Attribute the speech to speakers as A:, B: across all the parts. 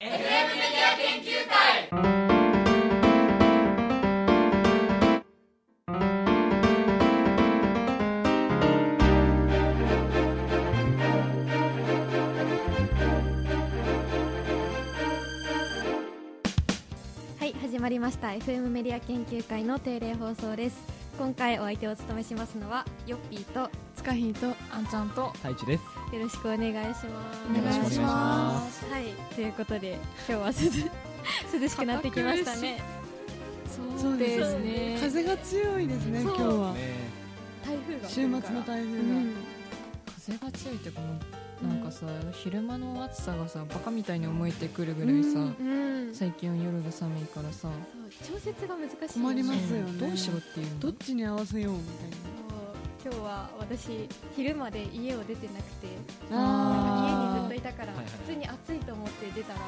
A: FM メディア研究会
B: はい始まりました FM メディア研究会の定例放送です今回お相手を務めしますのはヨッピーとよ
C: つかひーとあんちゃんと
D: 太一です。
B: ろしくお願いします
C: お願いします
B: はいということで今日は涼涼しくなってきましたね
C: そうです
B: そうで
C: ね
B: す
C: 風
E: 風が強いですね
B: そ
E: 今
B: う
E: 日は
B: 台風が
E: 週末の台
B: う
E: 風
B: ん
C: 風が強いってこのなんかさ、昼間の暑さがさバカみたいに思えてくるぐらいさ、
B: うんそう
C: 最近は夜が寒いからさ、
B: 調節が難しいです
E: 困りますよね
C: うんどうしようっていうの
E: がどっちに合わせようみ
B: もう今日は私昼まで家を出てなくて
E: たいな
C: あ
B: 家にずっ
C: ー
B: といたから
D: はいはい
B: 普通に暑いと思って出たら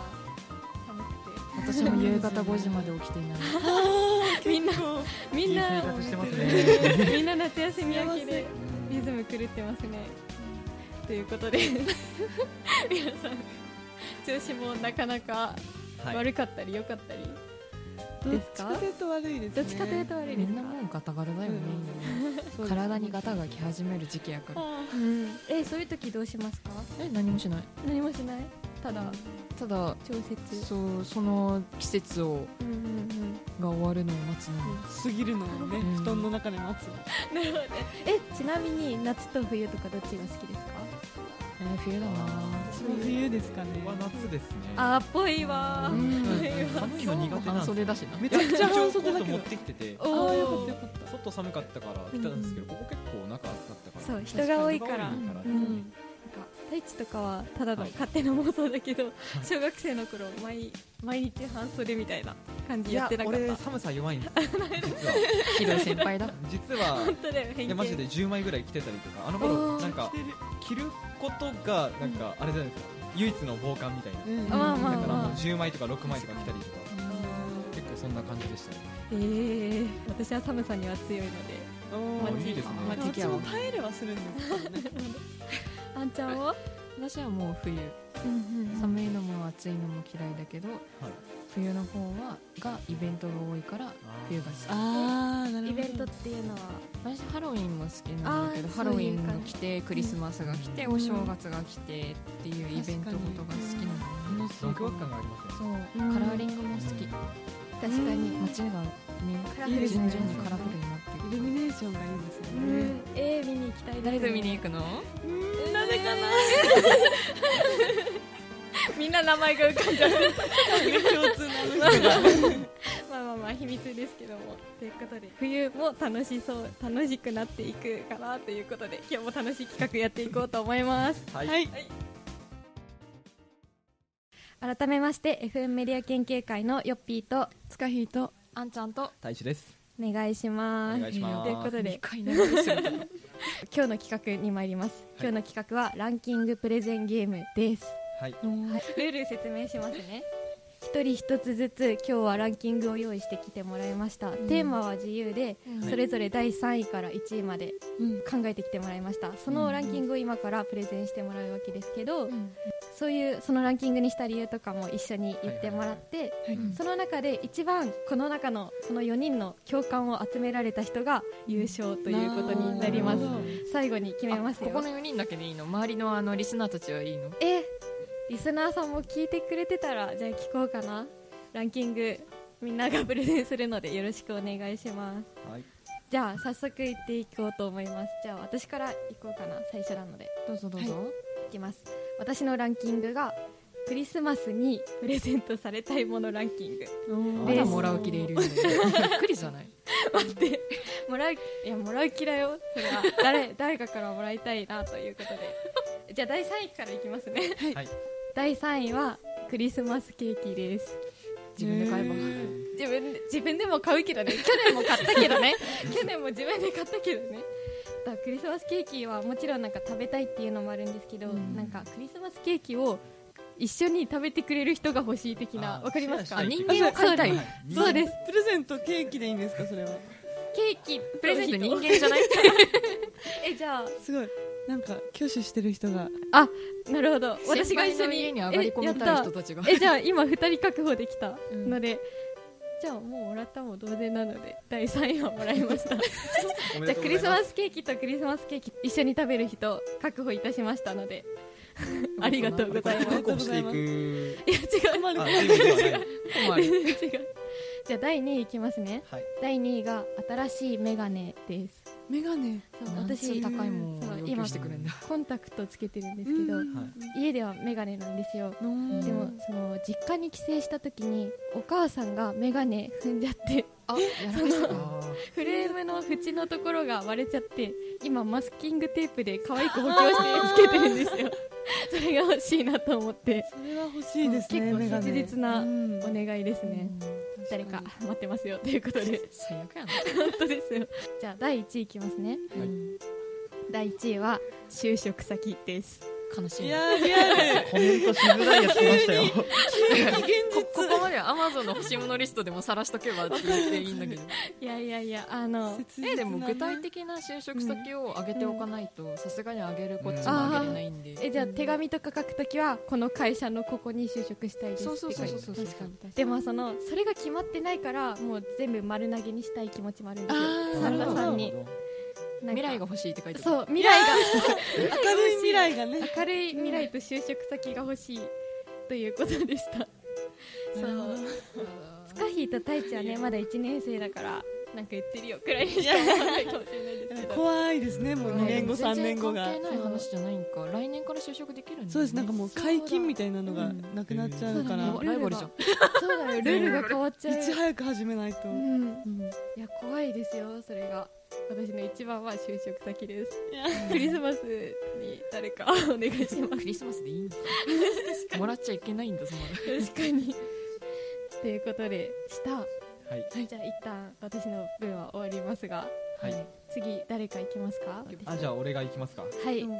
B: 寒くて
C: 私も夕方5時まで起きていない
B: みんなみんな
D: ね。
B: みんな夏休み明けで
D: う
B: リ
D: ん
B: ズム狂ってますね。ということで 皆さん調子もなかなか
D: はい。
B: 悪かったり良かったり、
E: どっちかというと悪いですね
B: どっちかというと悪い
C: み
B: です
C: ん
B: か
C: な。もうガタガタだよね、
E: そうです
C: 体にガタがき始める時期やから
B: うん、えそういう時どうしますか？
C: え何もしない
B: 何もしない？ただ
C: ただ
B: 調節。
C: そうその季節を
B: うんうんうん。
C: が終わるのを待つのに
E: 過ぎるのをね
C: うん
E: 布団の中で待つの
B: なるほどね。えちなみに夏と冬とかどっちが好きですか？
C: えー冬だな
E: 私も冬ですかね
D: は夏ですね。
B: あーっぽいわ
C: う
B: ー。
C: ん
D: 寒いの苦手なんですよ
C: 半袖だしな
E: めちゃくちゃ半袖だ
D: 一応コート
E: け
D: 持
E: ど
D: ってきてて、
B: お
E: ああよか
B: お
E: ったよ。かった
D: 外寒かったから来たんですけど、ここ結構中暑かったから。
B: そう人が多いから。
D: 人が
B: な
D: 多
B: ん
D: いから
B: うんうんか太一とかはただの勝手な妄想だけど、小学生の頃毎毎日半袖みたいな感じ
D: い
B: やっ
D: や
B: てな、かった。
D: 俺寒さ弱いんです。 実は、
C: 広い先輩だ
D: 実は
B: 本。当だよ偏
D: い
B: 見
D: やマジで10枚ぐらい着てたりとかあの頃なんか着ることがなんかあれじゃないですか唯一の防寒みたいな
E: うん
B: あまあまあ
D: だからも
B: ま
D: う
B: あ
D: 10枚とか6枚とか着たりとか結構そんな感じでしたね
B: えー、私は寒さには強いので
E: お
B: マ
E: ー
B: ジ
D: いいですね
B: マジ
E: 私も耐えれはするんですけどね
B: あんちゃんは、
C: 私はもう冬
B: うんうん、
C: 寒いのも暑いのも嫌いだけど、冬の方はがイベントが多いから冬が好き
E: ああなる
B: イ
E: ほど
B: ベントっていうのは
C: 私ハロウィンも好きなんだけど
B: あー
C: ハロウィン
B: そういう
C: が
B: 感じ
C: 来てクリスマスが来て、
B: うん
C: お正月が来てっていうイベントごとが好きなのね
E: 楽しい
D: ワクワク感がありますね
C: そ
B: う
C: う、
B: ん
C: カラーリングも好き、
B: 確
E: かに
C: 街が
B: カラ
E: フル
C: ね
E: です
C: 順
E: ね
C: 々にカラフルになって
E: イル
C: る
E: ミネーションがいいです
B: う
E: よね
B: ん、えー、見に行きたいです
C: 誰と見に行くの
B: くなぜかな みんな名前が浮かんじゃう
E: 共通の
B: まあまあまあ秘密ですけどもということで冬も楽しそう楽しくなっていくかなということで今日も楽しい企画やっていこうと思います
D: はい
E: はい
B: 改めまして FM メディア研究会のヨッピーと
E: つかひーと
C: あんちゃんと
D: 大志です
B: お願いしま
D: お
B: す
D: 願いします
B: ということで
C: 回長くすると
B: 今日の企画に参ります
D: はい
B: 今日の企画はランキングプレゼンゲームです、
D: はい
B: ルール説明しますね一人一つずつ今日はランキングを用意してきてもらいました、テーマは自由で、
C: うん
B: それぞれ第3位から1位まで
E: うん
B: 考えてきてもらいましたそのランキングを今からプレゼンしてもらうわけですけど、
C: うん
B: そういうそのランキングにした理由とかも一緒に言ってもらって、
E: はい
C: うん
B: その中で一番この中のこの4人の共感を集められた人が優勝ということになりま
E: なるほ
B: す最後に決めます
C: あこ
B: よ
C: この4人だけでいいの周りのあのリスナーたちはいいの
B: えリスナーさんも聞いてくれてたらじゃあ聞こうかなランキングみんながプレゼンするのでよろしくお願いします
D: はい
B: じゃあ早速行っていこうと思いますじゃあ私から行こうかな最初なので
C: どうぞどうぞ、
B: いきます私のランキングがクリスマスにプレゼントされたいものランキング
C: まだもらう気でいる よねびっくりじゃない
B: 待ってもらういやもらう気だよそれは誰 誰かからもらいたいなということでじゃあ第3位からいきますね
E: はい
D: はい
B: 第3位はクリスマスケーキです
C: 自分で買えば、
B: 自分で自分でも買うけ どね去年も買ったけどね去年も自分で買ったけどねだからクリスマスケーキはもちろんなんか食べたいっていうのもあるんですけど、
C: うん
B: なんかクリスマスケーキを一緒に食べてくれる人が欲しい的な
D: あー
B: わかりますか
D: シェア
C: 人
D: し
C: 間を買いたい
B: は
C: ケ
B: そうです
E: プレゼントケーキでいいんですかそれは
B: ケーキプレゼント人
C: 間じゃない
B: えじゃあ
E: すごいなんか挙手してる人が
B: なるほど私が一緒に
C: 家に上がり込みたい人
B: えやった
C: ちが
B: えじゃあ今2人確保できた
C: うん
B: ので、じゃあもうもらったも同然なので第3位はもらいましたじ
D: おめ
B: ゃあ
D: でと
B: ク
D: うござい
B: リ
D: ます
B: スマスケーキとクリスマスケーキ一緒に食べる人確保いたしましたのでありがとうございます
D: これ確保していく
B: いや違う
D: あっていう意味ではな
C: 困
D: い
B: 全
C: る
B: 然違うじゃあ第2位いきますね
D: はい
B: 第2位が新しいメガネです
E: メガネ
B: そう
C: 私
B: 私
C: 高いもんを要求してくるんだ
B: コンタクトつけてるんで
E: です
B: けど、
D: はい
B: 家ではメガネなんですよ
C: うん
B: でもその実家に帰省した時にお母さんがメガネ踏んじゃって
C: あやらかしたか
B: フレームの縁のところが割れちゃって今マスキングテープで可愛く補強してつけてるんですよそれが欲しいなと思って
E: それは欲しいですね
B: 結構
E: メガネ
B: 切実な
E: うん
B: お願いですね誰か待ってますよということ で
C: 最悪やな
B: 本当ですよじゃあ第1位いきますね
D: はい
B: 第1位は就職先です
C: 悲しい
E: い
C: な
E: やーリアル
D: コメントしづらいやつ来ましたよ
C: こここまではアマゾンの欲しいものリストでも晒しとけばって言っていいんだけど
B: いやいやいやあの
E: 切実な
C: えでも具体的な就職先を上げておかないとさすがに上げるこっちも上げれないんで
B: えじゃあ手紙とか書くときはこの会社のここに就職したいです
C: そうそうそ
B: っ
C: う
B: て書いて
C: そうそう
E: 確かに確かに
B: でもそのそれが決まってないからもう全部丸投げにしたい気持ちもあるんですよ
E: あー
B: サンタさんに
D: なるほ
B: なんか
C: 未来が欲しいって書いてある
B: そう未来が
E: 明るい未来がね
B: 明るい未来と就職先が欲しいということでしたそうスカヒーと太一はねまだ1年生だからなんか言ってるよくらいにしか思わないかもしれないですけど
E: 怖いですねもう2年後3年後が
C: 全然関係ない話じゃないんか来年から就職できるんだよね
E: そうですなんかもう解禁みたいなのがなくなっちゃうか
B: う
E: ら
B: んそうだね
C: ライバルじゃん
B: そうだよルールが変わっちゃう
E: いち早く始めないと
B: うん
E: うん
B: いや怖いですよそれが私の一番は就職先です
E: いや
B: クリスマスに誰かお願いしま
C: クリスマスでいいんだ もらっちゃいけないんだその
B: す確かにということでした
D: どはい
B: じゃあ一旦私の分は終わりますが
D: はい
B: 次誰か行きますか
D: あじゃあ俺が行きますか
B: はい、
E: うん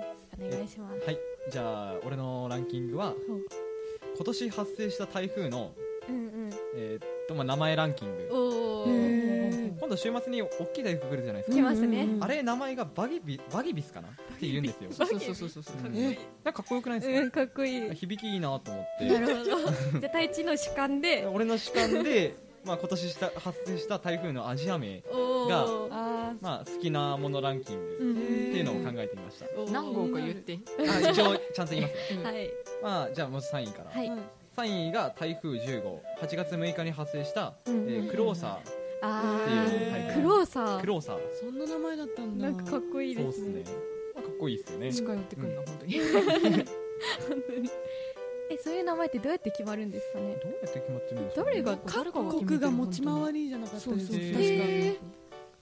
B: お願いします
D: はいじゃあ俺のランキングは今年発生した台風の
B: うんうん
D: えーっとまあ名前ランキング
B: おお
E: へー
D: 今度週末に大きい台風来るじゃないです
B: 来ますね
E: うんうんうん
D: かあれ名前がバギビバギビスかなって言うんですよ
C: そうそうそうそうそう
D: バ
C: そ
D: ゲ
C: う
D: ルねなんかかっこよくないです
B: うんかっこいい
D: か響きいいなと思っ
B: な
D: て
B: るほどじゃあ太一の主観で
D: 俺の主観でまあ今年した発生した台風のアジア名
B: おおー
E: あー
D: まあ好きなものランキン
B: うん
D: グ
B: うん
D: っていうのを考えてみました
B: おー
C: 何号か言って
D: あ一応ちゃんと言いますね
C: うん
B: はい
D: まあじゃあまず3位から
B: はい、
E: うん
D: 3位が台風10号8月6日に発生した、
B: う
D: え
B: んうん
D: ークローサ
B: あ
D: ーっていう台
B: ー
D: 風
B: クローサー
D: クローサー
E: そんな名前だったん
B: な
E: だ
B: んかかっこいい
D: そう
B: で
D: っ
B: す
D: す
B: ね
D: ね、まあ、かっこいいっすよね
C: 近寄ってくるな本当に
B: 本当にえそういう名前ってどうやって決まるんですかね
D: どうやって決まってるんですかね、
B: 誰が
C: 誰が
E: 国が持ち回りじゃなかったです
C: そうそう
D: そう
B: へ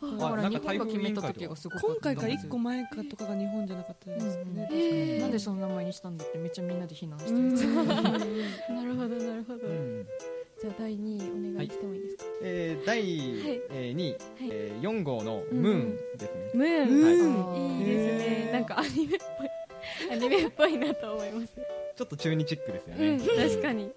C: だ
D: あ
C: から
D: なん
C: 日
D: か
C: 本
D: 台
C: が
D: 風
C: 決
D: 委
C: め
D: 員
C: た
D: 会
C: 時
D: と
C: が
D: か
C: すごか
E: 今
C: った
E: 回が1個前かとかが日本じゃなかったですよね
B: えー
C: なんでその名前にしたんだってめっちゃみんなで非難して
B: う
C: る
B: んなるほどなるほど、
D: うん
B: じゃあ第二位お願いしてもいいですか、
D: えー第
B: はい
D: えー2位、
B: はい
D: えー4号のムーンですね、
B: ムーン、
E: ムー
B: いいですね、
E: えー
B: なんかアニメっぽい アニメっぽいなと思います
D: ちょっと中二チックですよね、
B: うん確かに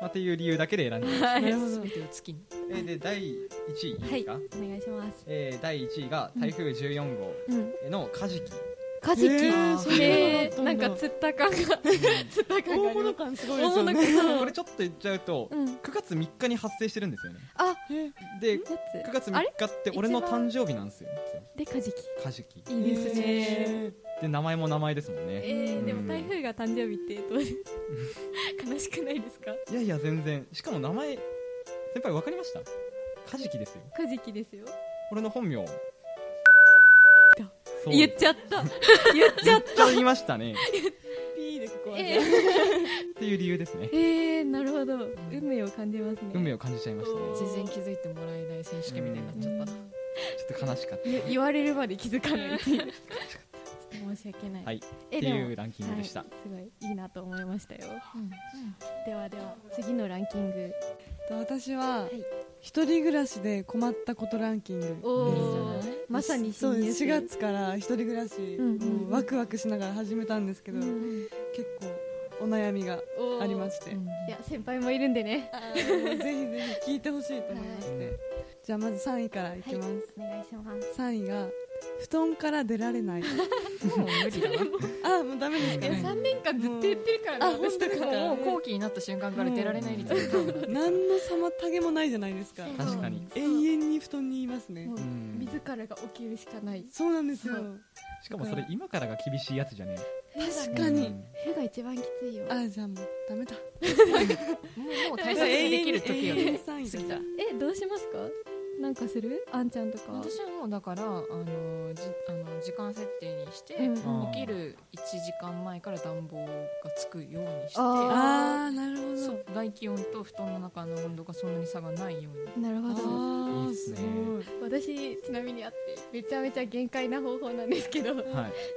D: まあ、っていう理由だけで選んでみました
B: はい
E: なる
B: お
E: ほど
C: すべてを月に
D: えーで第1位いいですか、
B: は願いします
D: えー第1位が台風14号
B: うん
D: のカ ジキ、
B: カジキ、
E: えー
C: そ
E: れ
B: えーなんか釣った感が釣った感がありま
E: 大物
B: す
E: 感すごいで
B: 大
E: すよ
B: 物
E: ね
B: 感
D: これちょっと言っちゃうと、
B: うん
D: 9月3日に発生してるんですよね
B: あ
E: え
D: で
B: や
D: 9月3
B: あれ
D: 日って俺の
B: 一番
D: 誕生日なんですよ
B: つでカジ
D: カジキ
B: キいいですね
E: え
D: で名前も名前ですもんね
B: えー、で
D: う
B: も
D: ん
B: 台風が誕生日ってどう悲しくないですか
D: いやいや全然しかも名前先輩わかりましたカジキですよ
B: カジキですよ
D: 俺の本名
B: だ
D: そう
B: 言っちゃった言っちゃっ
D: 言っちゃいました ね
E: ーピーでこ
B: た
E: こは
B: え
E: ね
B: ー
D: っていう理由ですね
B: えー、なるほど運命を感じますね
D: 運命を感じちゃいましたね
B: おー
C: 全然気づいてもらえない選手権みたいになっちゃったな
D: ちょっと悲しかった
B: 言言われるまで気づかないっていうちょっと申し訳ない、
D: はい
B: え
D: っていう
B: でも
D: ランキングでした
B: はい、すごいいいなと思いましたよ
C: うん
B: ではでは次のランキング
E: 私は
B: はい
E: 一人暮らしで困ったことランキング
B: お
C: いい
B: お
C: じゃない
B: まさに
E: そう
B: 新入
E: です
B: 生
E: 4月から一人暮らし
B: んうん
E: もうワクワクしながら始めたんですけ
B: う
E: ど
B: んう
E: 結
B: ん
E: 構お悩みが
B: おー
E: ありまして
B: いや先輩もいるんでね
E: あーもうぜひぜひ聞いてほしいと思いましてじゃあまず3位からいきます
B: お願いします
E: 3位が布団から出ら れない
C: もう無 理だな
E: あもうダメですか
B: いや
E: ね
B: 3年間ずっと言ってるからね
E: もう
B: 私とか
E: あ
B: も
E: 本
C: もう後期になった瞬間から出られない率が高い
E: 何の妨げもないじゃないですか
D: 確かに
E: 永遠に布団にいますね
B: もう
D: うん
B: 自らが起きるしかない
E: そうなんですよ
B: そう
D: しかもそれ今からが厳しいやつじゃね
E: 確
D: え
E: かに
D: うん
B: 冬が一番きついよ
E: あじゃあもうダメだ
C: もうもう対策できる時よ
E: 永遠
C: ね
E: に永遠に
C: 過ぎたら
B: えどうしますかなんかするあんちゃんとか
C: 私はもうだからあのじあの時間設定にして、
B: うん
D: あー
C: 起きる1時間前から暖房がつくようにして
B: あ
E: あーなるほ
C: そ
E: ど
C: う外気温と布団の中の温度がそんなに差がないように
B: なるほど
D: い
E: あ
D: い
E: ー
D: っすね
E: ごい
B: 私ちなみにあってめちゃめちゃ限界な方法なんですけど
D: はい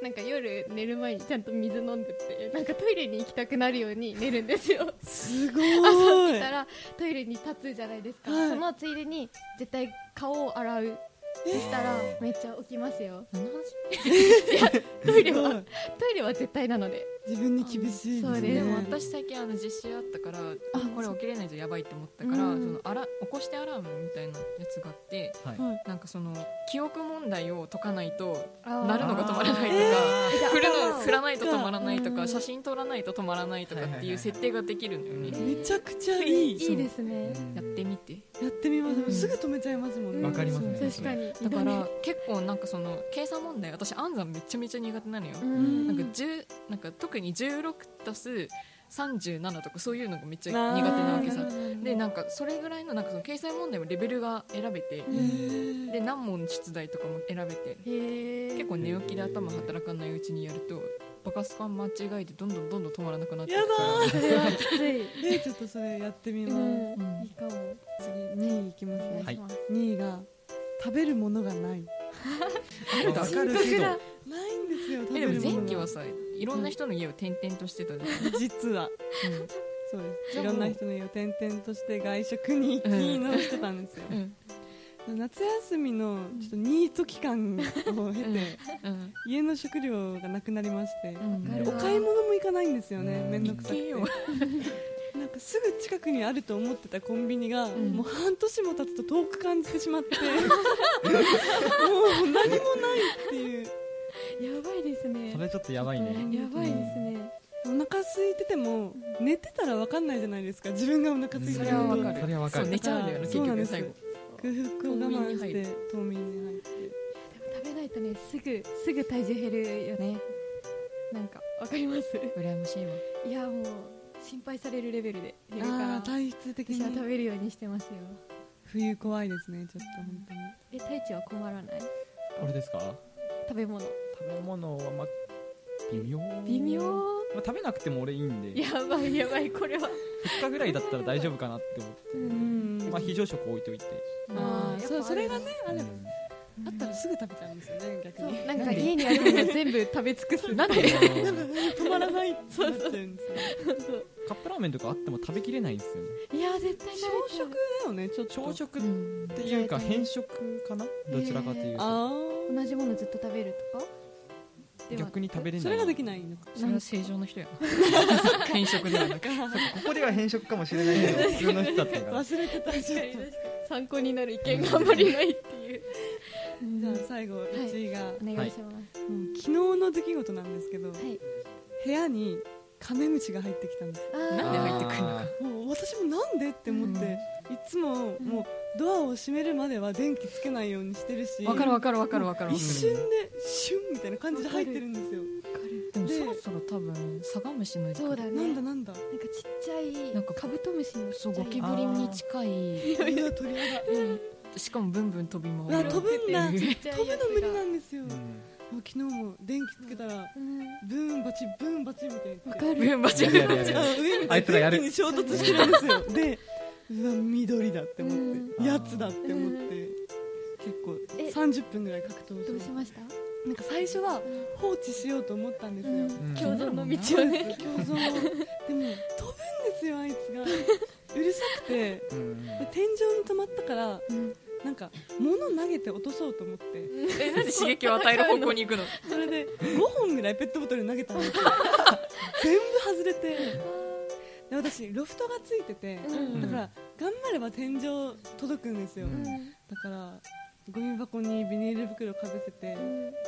B: なんか夜寝る前にちゃんと水飲んでってなんかトイレに行きたくなるように寝るんですよ
E: す
B: 朝
E: ご
B: 起
E: い
B: きたらトイレに立つじゃないですか、
E: はい
B: そのついでに絶対顔を洗うそしたらめっちゃ起きますよ
C: 何の
B: トイレはい
C: 話
E: すご
B: トイレは絶対なので
E: 自分に厳しい
B: そうです
E: ね
C: でも私最近あの実習あったからあこれ起きれないとやばいって思ったから、
B: うん
C: そのアラ起こしてアラームみたいなやつがあって
D: はい
E: はい
C: なんかその記憶問題を解かないと
B: な
C: なるのが止まらないとか、振るの振らないと止まらないとか、写真撮らないと止まらないとかっていう設定ができるのよね、
D: うん
E: めちゃくちゃ
B: い
E: いい
B: いですね
D: うん
C: やってみて
E: やってみます、
B: うん
E: すぐ止めちゃいますもんね
D: わかります
B: うん
D: ね
B: 確かに
C: だか
B: いい
C: ら結構なんかその計算問題私暗算めちゃめちゃ苦手なのよ、
B: ねうん
C: なんか10なんか特に16足す37とかそういうのがめっちゃ
E: あー
C: 苦手なわけさ
E: るほど
C: でなんかそれぐらいのなんかその掲載問題もレベルが選べて
E: へー
C: で何問出題とかも選べて
B: へえ
C: 結構寝起きで頭働かないうちにやるとバカスカ間違えてどんどんどんどん止まらなくなっていくから
B: それはきつい、
E: えちょっとそれやってみます、
B: うん
C: うん
B: いいかも
E: 次2位いきます
B: お
E: ね、
B: 願いします、
E: 2位が食べるものがない
D: わかるけ ど
E: ないんですよ食べ
C: えでも
E: るものが
C: 前期はさいろんな人の家を転々としてたじゃん
E: 実はそうです
C: じゃ
E: い
C: あも
E: ろ
C: うん
E: な人の家を転々として外食に行き直してたんですよ、
C: うん
E: 夏休みのちょっとニート期間を経て、
C: うん
E: 家の食料がなくなりまして、
C: うん
B: わかる
E: お買い物も行かないんですよね
D: うん
E: 面倒くさく
C: いい
E: て
C: よ
E: なんかすぐ近くにあると思ってたコンビニが、
C: ん
E: もう半年も経つと遠く感じてしまって もう何もないっていう
B: やばいですね
D: それちょっとやばいね
B: やばいですね
E: お腹空いてても寝てたら分かんないじゃないですか自分がお腹空いてること
C: それは分かる
D: それはわか
C: そう
D: る
C: 寝ちゃうんだよね結
E: そうなんで
C: 局
E: す
C: 最後
E: 空腹を我慢
C: 冬眠に
E: し
C: 入
E: て冬眠に入って
B: でも食べないとねすぐすぐ体重減るよねなんかわかります
C: 羨ましいわ
B: いやもう心配されるレベルで減るから
E: あー体質的
B: 私は食
E: に
B: べるようにしてますよ
E: 冬怖いですねちょっと本当に
B: え太一は困らない
D: 俺ですか
B: 食べ物
D: 食べ物はま微妙
B: 微 妙
D: まあ食べなくても俺いいんで
B: やばいやばいこれは
D: 2日ぐらいだったら大丈夫かなって思っ
E: うん
D: てまあ非常食置いといて
E: あ
B: あー
E: ー
B: やっぱあ
E: そ
B: る
E: うそれがねあれば
D: うん
E: あったらすぐ食べちゃうんですよね逆
B: そう
E: に
B: なんか家にあるもの全部食べ尽くすなん で
E: 止まらないってな っちゃうんですよ
D: カップラーメンとかあっても食べきれないんですよね
B: いや絶対
E: 朝
B: 食べちゃう
E: 食だよねちょっと
D: 朝食っ
C: うん
D: ていうか偏食かなどちらかというと
E: あ
B: 同じものずっと食べるとかでは
D: 逆に食べれ
E: あ
D: ない
E: それができないのか
C: それは正常な人や な偏食ではなく
D: ここでは偏食かもしれないけど普通の人だっ たから
E: 忘れてた
B: 確
E: ちょ
B: か
E: っ
B: に確かに参考になる意見があんまりないっていう
E: とじゃあ最後1位がもう
B: お願いします
E: 昨日の出来事なんですけど
B: はい
E: 部屋にカメムシが入ってきたんです
B: あー
C: なんで入ってくるの
D: あ
C: か
E: もう私もなんでって思っていつももうドアを閉めるまでは電気つけないようにしてるし
C: わかるわかるわかるわかる
E: 一瞬でシュンみたいな感じで入ってるんですよ
C: でも
E: で
C: そろそろ多分サガムシの
B: そうだね
E: なんだなんだ
B: なんかちっちゃい
C: なんか
B: カブトムシの
C: そう
B: ち
C: ゴ
B: っち
C: キ
B: ゃい
C: ブリに近い
E: 鳥だ鳥だ
C: しかもブンブン飛び
E: うわ
C: 回る
E: 飛ぶんだ
C: っていう
B: ちっちゃ
E: 飛
B: い
E: ぶ
B: やつ
E: の無
B: が
E: 理なんですよ、
D: う
E: もうん昨日も電気つけたら
B: うん
E: ブーンバチブーンバチみたいな
B: わか
C: ブ
B: る
C: ンバチ
D: やるやるやる
E: あ上みた
D: あ
E: い
D: いつら
E: な
D: や
E: 電
D: る
E: 気に衝突してるんですよでうわ緑だって思って、
D: うん
E: やつだって思って、
B: え
E: 結構30分ぐらい格闘
B: どう
E: し
B: してました
E: なんか最初は放置しようと思ったんですよ、
D: うん
B: 共存の
E: そ
B: 道を
E: う
B: ね
E: です共存をでも飛ぶんですよあいつがうるさくてで
D: うん
E: 天井に止まったからなんか物投げて落とそうと思って
C: えなんで刺激を 与える方向に行くの
E: それで5本ぐらいペットボトル投げたんですよ全部外れてで私ロフトがついてて、
B: うん
E: だから頑張れば天井届くんですよ、
D: うん
E: だからゴミ箱にビニール袋かぶせて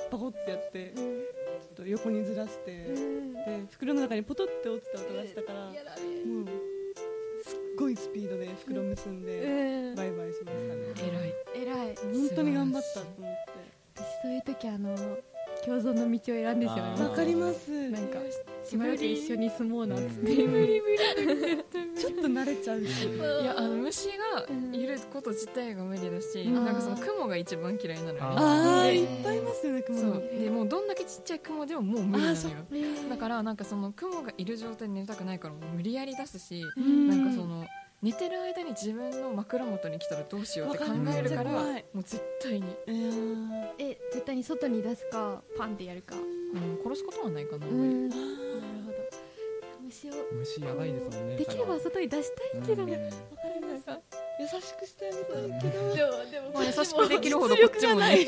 E: バコってやってちょっと横にずらしてで袋の中にポトって落ちた音がしたからもうすっごいスピードで袋結んでバイバイしましたね
C: 偉い
B: えらい
E: 本当に頑張ったと思っ
B: 私そういう時あの共存の道を選んでしまいま
E: て
D: あ
B: す
D: ー
E: わかります
B: なんかしばらく一緒に住もうなんつって、
D: うん無
B: 理無理
E: ちょっと慣れちゃうし
C: いやあの虫がいること自体が無理だし、
B: ん
C: なんかその雲が一番嫌いなのよ
D: あ
E: ああ
B: ー
E: いっぱいいますよね雲
C: そうでもうどんだけちっちゃい雲でももう無理なのよだからなんかその雲がいる状態で寝たくないからもう無理やり出すし、
E: うん
C: なんかその寝てる間に自分の枕元に来たらどうしようって考えるか
E: わ
C: ら
E: かる
C: もう絶対に、
E: いやー
B: え絶対に外に出すかパンってやるか
C: うん、殺すことはないかな、
B: うんなるほど虫を
D: 虫やばいですもんね
B: できれば外に出したいけど、
D: うん
E: わかります優しくしてあげたいけど
B: でも
C: まあ、優しくできるほどこっちもね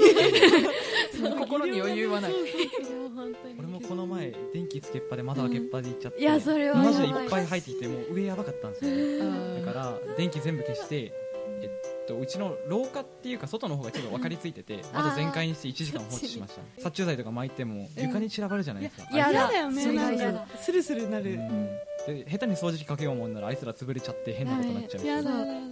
C: 心に余裕はない
B: 本当に
D: 俺もこの前電気つけっぱで窓開けっぱで行っちゃって、
B: いやそれは
D: マジで
B: やばい
D: いっぱい入ってきてもう上やばかったんですよねだか
C: だ
D: ら電気全部消してえっとうちの廊下っていうか外の方がちょっと分かりついてて窓全開にして1時間放置しました殺虫剤とか巻いても床に散らばるじゃないですか、
B: いや
D: あれ
E: 嫌だよね
B: そう
E: なん
B: 嫌
E: か
B: だ
E: スルスルなる、
D: うんで下手に掃除機かけようもんならあいつら潰れちゃって変なことになっちゃうし
E: 嫌だ
B: そう
E: 嫌だ嫌だ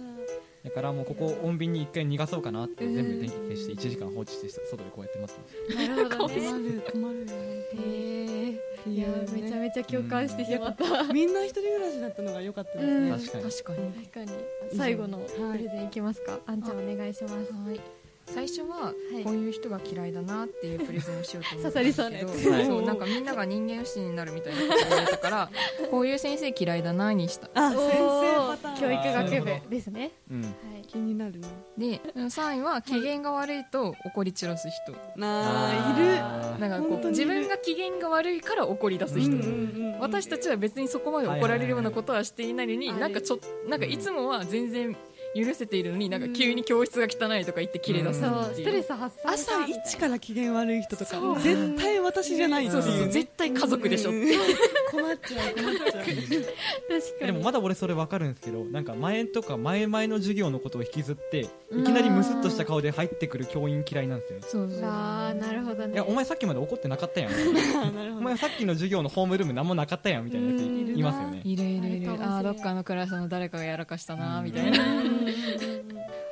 D: だからもうここ穏便に1回逃がそうかなって
B: うん
D: 全部電気消して1時間放置して外でこうやって待ってまし
B: なるほどね
E: 困る困るよね
B: へえい
E: い
B: や
E: や
B: め
E: め
B: ち
E: ち
B: ゃ
E: ゃ
B: めちゃ共感
D: 共感
B: し
D: してて
B: し
E: し
B: ま
E: ま
B: った、
E: みんな一人暮らしだったのが良かったですね、
B: うん
D: た確かに
C: 確かに
B: 確かに最後のプ
E: はい
B: レゼンいきますか、あんちゃんお願いします
C: はい最初は
B: はい
C: こういう人が嫌いだなっていうプレゼンをしようと思っ
B: 刺
C: た
B: さ
C: んで
B: り
C: す
B: そうな
C: けど
B: やつ
E: は
C: そ
E: い
C: うなんかみんなが人間不信になるみたいなこと言われたからこういう先生嫌いだなにした
E: あ先生
B: お
E: パ
B: ー
E: ターン
B: 教育学
D: あーなる
B: 部ですね
D: た、うん、
B: はい
E: 気になるな
C: で3位は機嫌が悪いと怒り散らす人
E: なあ
D: あー
C: なんか
E: 本
C: こ
E: 当
C: う
E: にい
C: 自
E: る
C: 分が機嫌が悪いから怒り出す
E: いる、
C: 人、
D: うん
C: 私たちは別にそこまで怒られるようなことはしていないのに、
B: はいはい
C: なんかちょっなんかいつもは全然許せているのになんか急に教室が汚いとか言って切れ出す
B: そ
C: っ
B: う
C: て
B: ス
C: い
B: トレ
C: う
B: ス発散
E: 朝一から機嫌悪い人とか
C: そう
E: 絶対私じゃないって
C: そ
E: いう
C: そうそう絶対家族でしょって
E: うん 困っちゃう困っ ちゃう
B: 確か
D: で
B: に
D: もまだ俺それ分かるんですけどなんか前とか前々の授業のことを引きずっていきなりムスッとした顔で入ってくる教員嫌いなんですよ
C: そうそう
B: あーなるほどね
D: いやお前さっきまで怒ってな かったやん
E: あなる
D: お
E: ほど
D: 前さっきの授業のホームルーム何もなかったやんみたいなやつ
E: うんいるない
D: ますよね
C: いるいるいる
B: あるかもしれない
C: あーどっかのクラスの誰かがやらかしたなみたいな、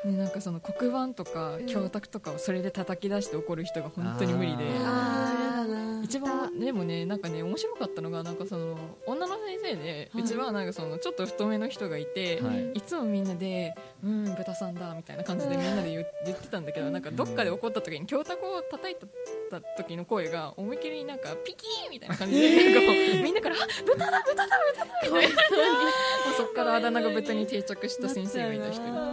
C: ね、なんかその黒板とか
B: うん
C: 教卓とかをそれで叩き出して怒る人が本当に無理で
D: あ
E: あーやだな
C: 一番でもねなんかね面白かったのがなんかその女の先生で、
E: はいう
C: ちはなんかそのちょっと太めの人がいて、
D: はい
C: いつもみんなで「うん豚さんだ」みたいな感じでみんなで言う言ってたんだけどなんかどっかで怒った時に教卓を叩いた時の声が思いっきりなんかピキーみたいな感じで、なんかこうみんなからあ「豚だ豚だ豚だ」みたいなもうそっからあだ名が豚に定着した先生がいた人いる。
E: なっちゃ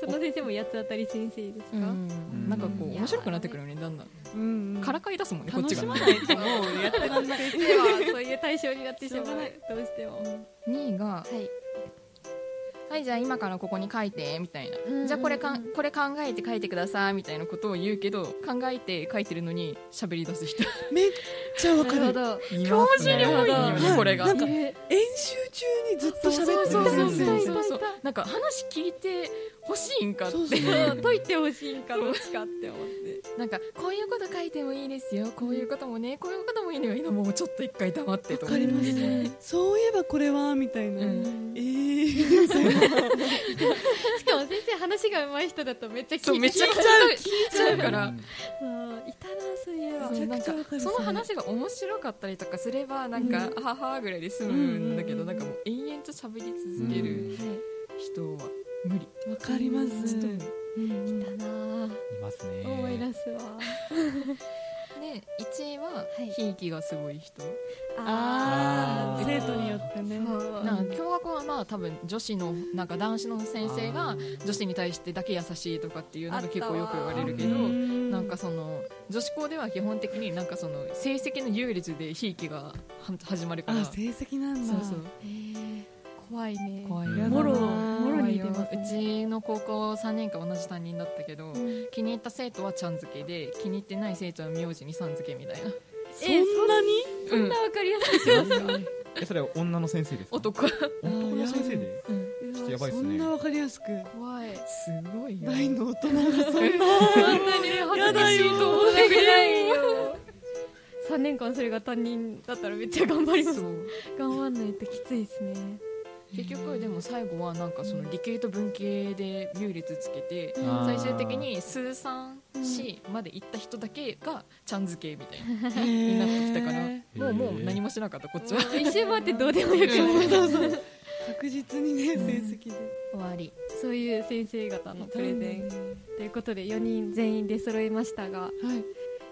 B: その先生も八つ当たり先生ですか、
C: うんなんかこう面白くなってくるよねだんだん
E: うなうんうん
C: からかい出すもんねこっ
E: 楽
C: ち
E: し
C: が
E: まないともうやってらんない
B: ではそういう対象になってしまう
E: しょうがない
B: どうしても、は
C: 2位が
B: い
C: はいじゃあ今からここに書いてみたいな、
B: うん
C: じゃあこれかんこれ考えて書いてくださいみたいなことを言うけど考えて書いてるのに喋り出す人
E: めっちゃ
B: な
E: わか
B: るほ
E: る
B: ど
D: 教
C: 教授に多いよねこれが、
E: はい
C: なん
E: な
C: か
E: んか演習中にずっと喋って
C: そうそう
E: る先
C: そう
E: 生
C: そうそうなんか話聞いてほしいんかって
E: そうそう
B: そう解いてほしいんかどっちかって思って
C: なんかこういうこと書いてもいいですよこういうこともねこういうこともいいのよ今もうちょっと一回黙ってと
E: わ
C: 思っ
E: か
C: て
E: りますそういえばこれはみたいな、
C: うん
E: えー、みたい な
B: しかも先生話が上手い人だとめっちゃ聞いて
C: そうめちゃくちゃ聞いちゃうから、
B: うんいたなそういえば
C: そうなんか
E: めちゃくちゃわかる
C: その話が面白かったりとかすればなんか、
E: う
C: あははぐらいで済むんだけど、
E: うん
C: なんかもう延々と喋り続ける人は無理
E: わかります、
C: ちょっと無理
B: いたない
D: ますね
B: 思い出すわ
C: で1位は
B: はい
C: ひいきがすごい人、
E: あ
D: あー
E: あ生徒によってね
B: そう
C: なんか共学はまあ多分女子のなんか男子の先生が女子に対してだけ優しいとかっていうのが結構よく言われるけど
D: あったわ
C: なんかその女子校では基本的になんかその成績の優劣でひいきがは始まるから
E: あ
C: そ
E: 成
C: う
E: 績なんだ
C: そう
B: えー怖いね
C: 怖い
D: やだな
B: もろも
E: も
B: ろ
E: ろ
B: に
C: に
B: 出ます
C: うちの高校3年間同じ担任だったけど、
B: ん
C: 気に入った生徒はちゃん付けで気に入ってない生徒は名字にさん付けみたいな、
E: そんなに
B: そんなわかりやすい
D: えそれは女の先生ですか
C: 男
D: 男の先生で
C: うん
B: うわ
D: やばいっ
E: そ
D: す
E: ん
D: ね
E: なわかりやすく
B: 怖い
C: すごいよ
E: 大の大人がそんな
C: あんなに恥ずかしいと思ってくれない
B: 3年間それが担任だったらめっちゃ頑張ります
C: そう
B: 頑張んないときついですね
C: 結局でも最後はなんかその理系と文系で優劣つけて
D: あ
C: 最
D: ー
C: 終的に数三四まで行った人だけがちゃん付けみたいな
E: に
C: になってきたからもうもう
D: へー
C: 何もしなかったこっちは
B: 一周回ってどうでもよくなる
E: そうそうそう確実にね成績で
C: 終わり
B: そういう先生方のプレゼンということで4人全員出揃いましたが
E: はい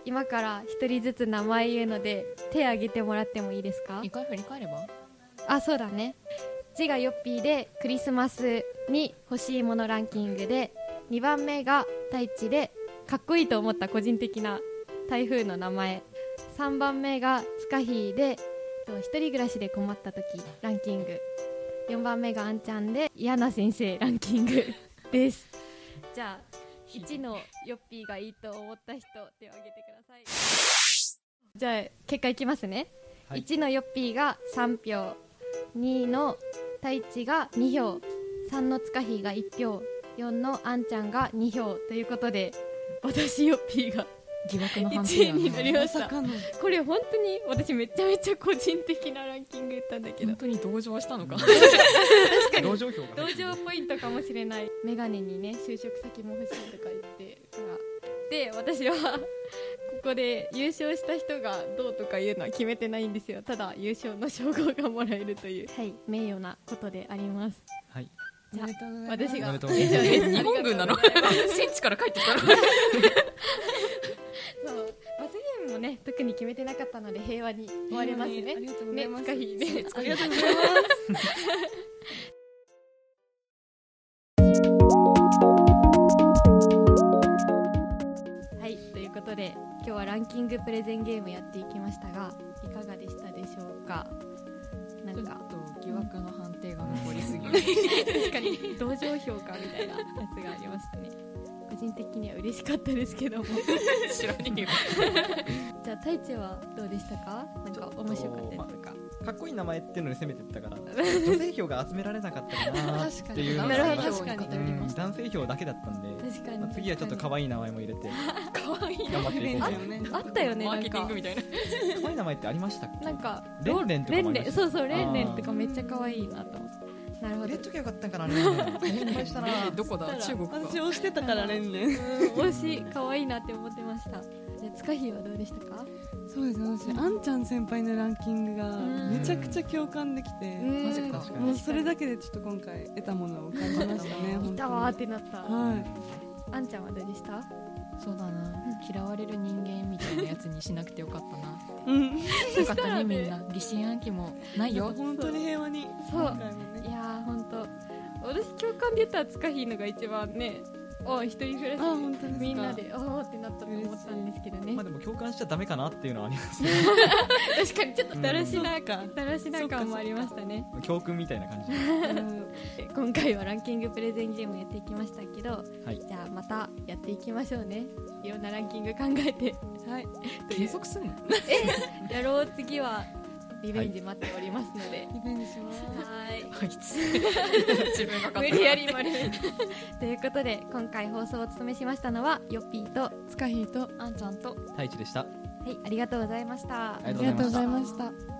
B: 今から1人ずつ名前言うので手挙げてもらってもいいですか
C: 一回振り返れば
B: あそうだね字がヨッピーでクリスマスに欲しいものランキングで2番目が太一でかっこいいと思った個人的な台風の名前3番目がスカヒーでと一人暮らしで困った時ランキング4番目があんちゃんで嫌な先生ランキング ですじゃあ1のヨッピーがいいと思った人手を挙げてくださいじゃあ結果いきますね、
D: はい
B: 1のヨッピーが3票2の太一が2票3のつかひが1票4のあんちゃんが2票ということで私ヨッピーが
C: 疑惑の判
B: 1位
C: 定
B: になりま
E: ま
B: し
E: さ
B: た
E: かの
B: これ本当に私めちゃめちゃ個人的なランキング言ったんだけど
C: 本当に同情したのか
D: 同情票が
B: 同
D: 入ってる
B: 情ポイントかもしれない眼鏡にね就職先も欲しいとか言ってからで私はここで優勝した人がどうとかいうのは決めてないんですよただ優勝の称号がもらえるという、はい、名誉なことであります
D: はい
B: じゃあ
E: おめでとうございます
B: 私
D: お
B: が
D: め
B: 優
D: でとう
B: 勝
D: ご ざいま
B: で
D: す
B: す
C: 日本軍なの
B: ありがとうございます
C: 戦地から帰ってきたら
B: そう罰ゲームもね特に決めてなかったので平和に終わりますね
E: ありがとうござ
B: ね
E: います
B: 塚ひね
E: ありがとうございま す
B: はいということで今日はランキングプレゼンゲームやっていきましたがいかがでしたでしょうかな
C: ちょ
B: ん
C: っ
B: か
C: と疑惑の判定が残りすぎる
B: 確かに同情評価みたいなやつがありましたね個人的には嬉しかったですけども
C: 知らねえよ
B: じゃあ太一はどうでしたかなんか面白かったりとか
D: かっこいい名前っていうので攻めてった から女性票が集められなかったかなっていうのが
B: なるほど
C: 確かに
D: うん男性票だけだったんで、
B: 確か
D: まあ、
B: に
D: 次はちょっと可愛い名前も入れて
C: 可愛い
D: 頑張っていこうかな
B: あったよねな
C: マー
B: ん
C: ケティン
B: か
C: グみたいな
D: 可愛い名前ってありましたっけ
B: なんか
D: レンレンとかもあり
B: レン
D: ましたね
B: レンそうそうレンレンとかめっちゃ可愛いなと思ってなるほ
D: 入
B: ど
D: れときゃよかったんかな心配したな
C: どこだ中国か
E: 私押してたから連連
B: うん推し可愛いなって思ってましたで塚ひはどうでしたか
E: そうですね私あんちゃん先輩のランキングが
B: うん
E: めちゃくちゃ共感できて、
B: マ
C: ジか
D: 確か
E: もう
D: に
E: それだけでちょっと今回得たものを感じましたね
B: いたわーっ
E: 本
B: てなった
E: 当にはい
B: あんちゃんはどうでした
C: そうだな嫌われる人間みたいなやつにしなくてよか ったな
E: うん、
C: よかったねみんな疑心暗鬼もないよ
E: 本当に平和に
B: そう
E: 今回もね
B: いやーほんと私共感で言ったらつかひのが一番ねお一人暮らし
E: あ本当ですか
B: みんなでおーってなったと思ったんですけどね、
D: まあでも共感しちゃダメかなっていうのはあります
B: 確かにちょっとだらしな
E: うんそっか
B: だらしな感もありましたね
D: 教訓みたいな感じで
E: うん
B: 今回はランキングプレゼンゲームやっていきましたけど、
D: はい
B: じゃあまたやっていきましょうねいろんなランキング考えて
E: はい
C: 計測すんの
B: やろう次はリベンジ待っておりますので、
E: リベンジします
B: はい
C: あいつ 自分が
B: 無理やり無理 ということで今回放送をお務めしましたのはヨッピーとは
E: つかひーと
C: あんちゃんと
D: 太一でした
B: いありがとうございました
D: ありがとうございました
E: ありがとうございました